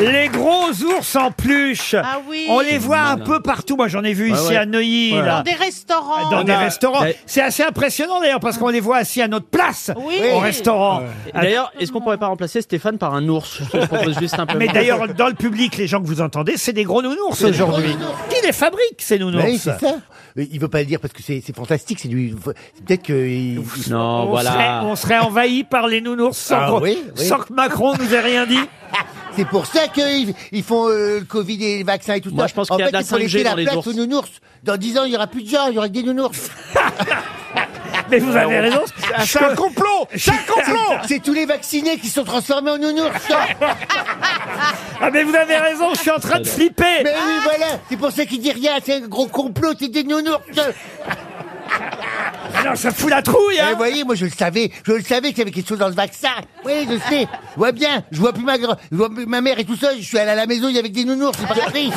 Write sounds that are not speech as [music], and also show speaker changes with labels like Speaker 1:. Speaker 1: Les gros ours en peluche.
Speaker 2: Ah oui.
Speaker 1: On les voit un peu partout. Moi, j'en ai vu ici
Speaker 3: ouais.
Speaker 1: à Neuilly,
Speaker 3: Ouais.
Speaker 1: là,
Speaker 2: Dans des restaurants.
Speaker 1: dans des
Speaker 3: a-
Speaker 1: restaurants.
Speaker 3: Ouais.
Speaker 1: C'est assez impressionnant d'ailleurs parce qu'on les voit assis à notre place
Speaker 2: Oui.
Speaker 1: au restaurant. Ah,
Speaker 3: D'ailleurs, est-ce qu'on pourrait pas remplacer Stéphane par un ours Je propose
Speaker 1: [laughs]
Speaker 3: juste simplement.
Speaker 1: Mais d'ailleurs, dans le public, les gens que vous entendez, c'est des gros nounours aujourd'hui. Qui les fabrique, ces nounours
Speaker 4: Oui, c'est ça. Euh, Il veut pas le dire parce que c'est c'est fantastique. C'est du. Peut-être que. il-
Speaker 3: Non,
Speaker 1: on,
Speaker 3: voilà.
Speaker 1: serait, on serait envahi par les nounours sans,
Speaker 4: Ah
Speaker 1: qu'on-
Speaker 4: oui, oui.
Speaker 1: sans que Macron nous ait rien dit.
Speaker 4: C'est pour ça qu'ils ils font euh, le Covid et les vaccins et tout
Speaker 3: Moi,
Speaker 4: ça.
Speaker 3: je pense
Speaker 4: en
Speaker 3: qu'il y a
Speaker 4: fait,
Speaker 3: de la
Speaker 4: il faut
Speaker 3: 5G
Speaker 4: laisser
Speaker 3: dans les
Speaker 4: la
Speaker 3: ours.
Speaker 4: place aux nounours. Dans 10 ans, il y aura plus de gens. Il y aura que
Speaker 3: [laughs]
Speaker 4: des nounours.
Speaker 1: Mais vous avez raison.
Speaker 5: C'est un complot
Speaker 1: [laughs]
Speaker 5: C'est un complot
Speaker 4: C'est tous les vaccinés qui sont transformés en nounours.
Speaker 3: [laughs]
Speaker 1: Ah, mais vous avez raison, je suis en train de flipper.
Speaker 4: Mais oui, voilà. C'est pour ça qu'ils disent rien. C'est un gros complot. C'est des nounours.
Speaker 1: Ah Non, ça fout la trouille,
Speaker 4: Et
Speaker 3: Ah.
Speaker 1: hein.
Speaker 4: vous voyez, moi je le savais, je le savais qu'il y avait quelque chose dans le vaccin. Oui, je sais. Je vois bien, je vois
Speaker 3: [laughs]
Speaker 4: plus ma, gra- je vois plus ma mère et tout ça. Je suis allé à la maison, il y avait que des nounours, c'est pas compris.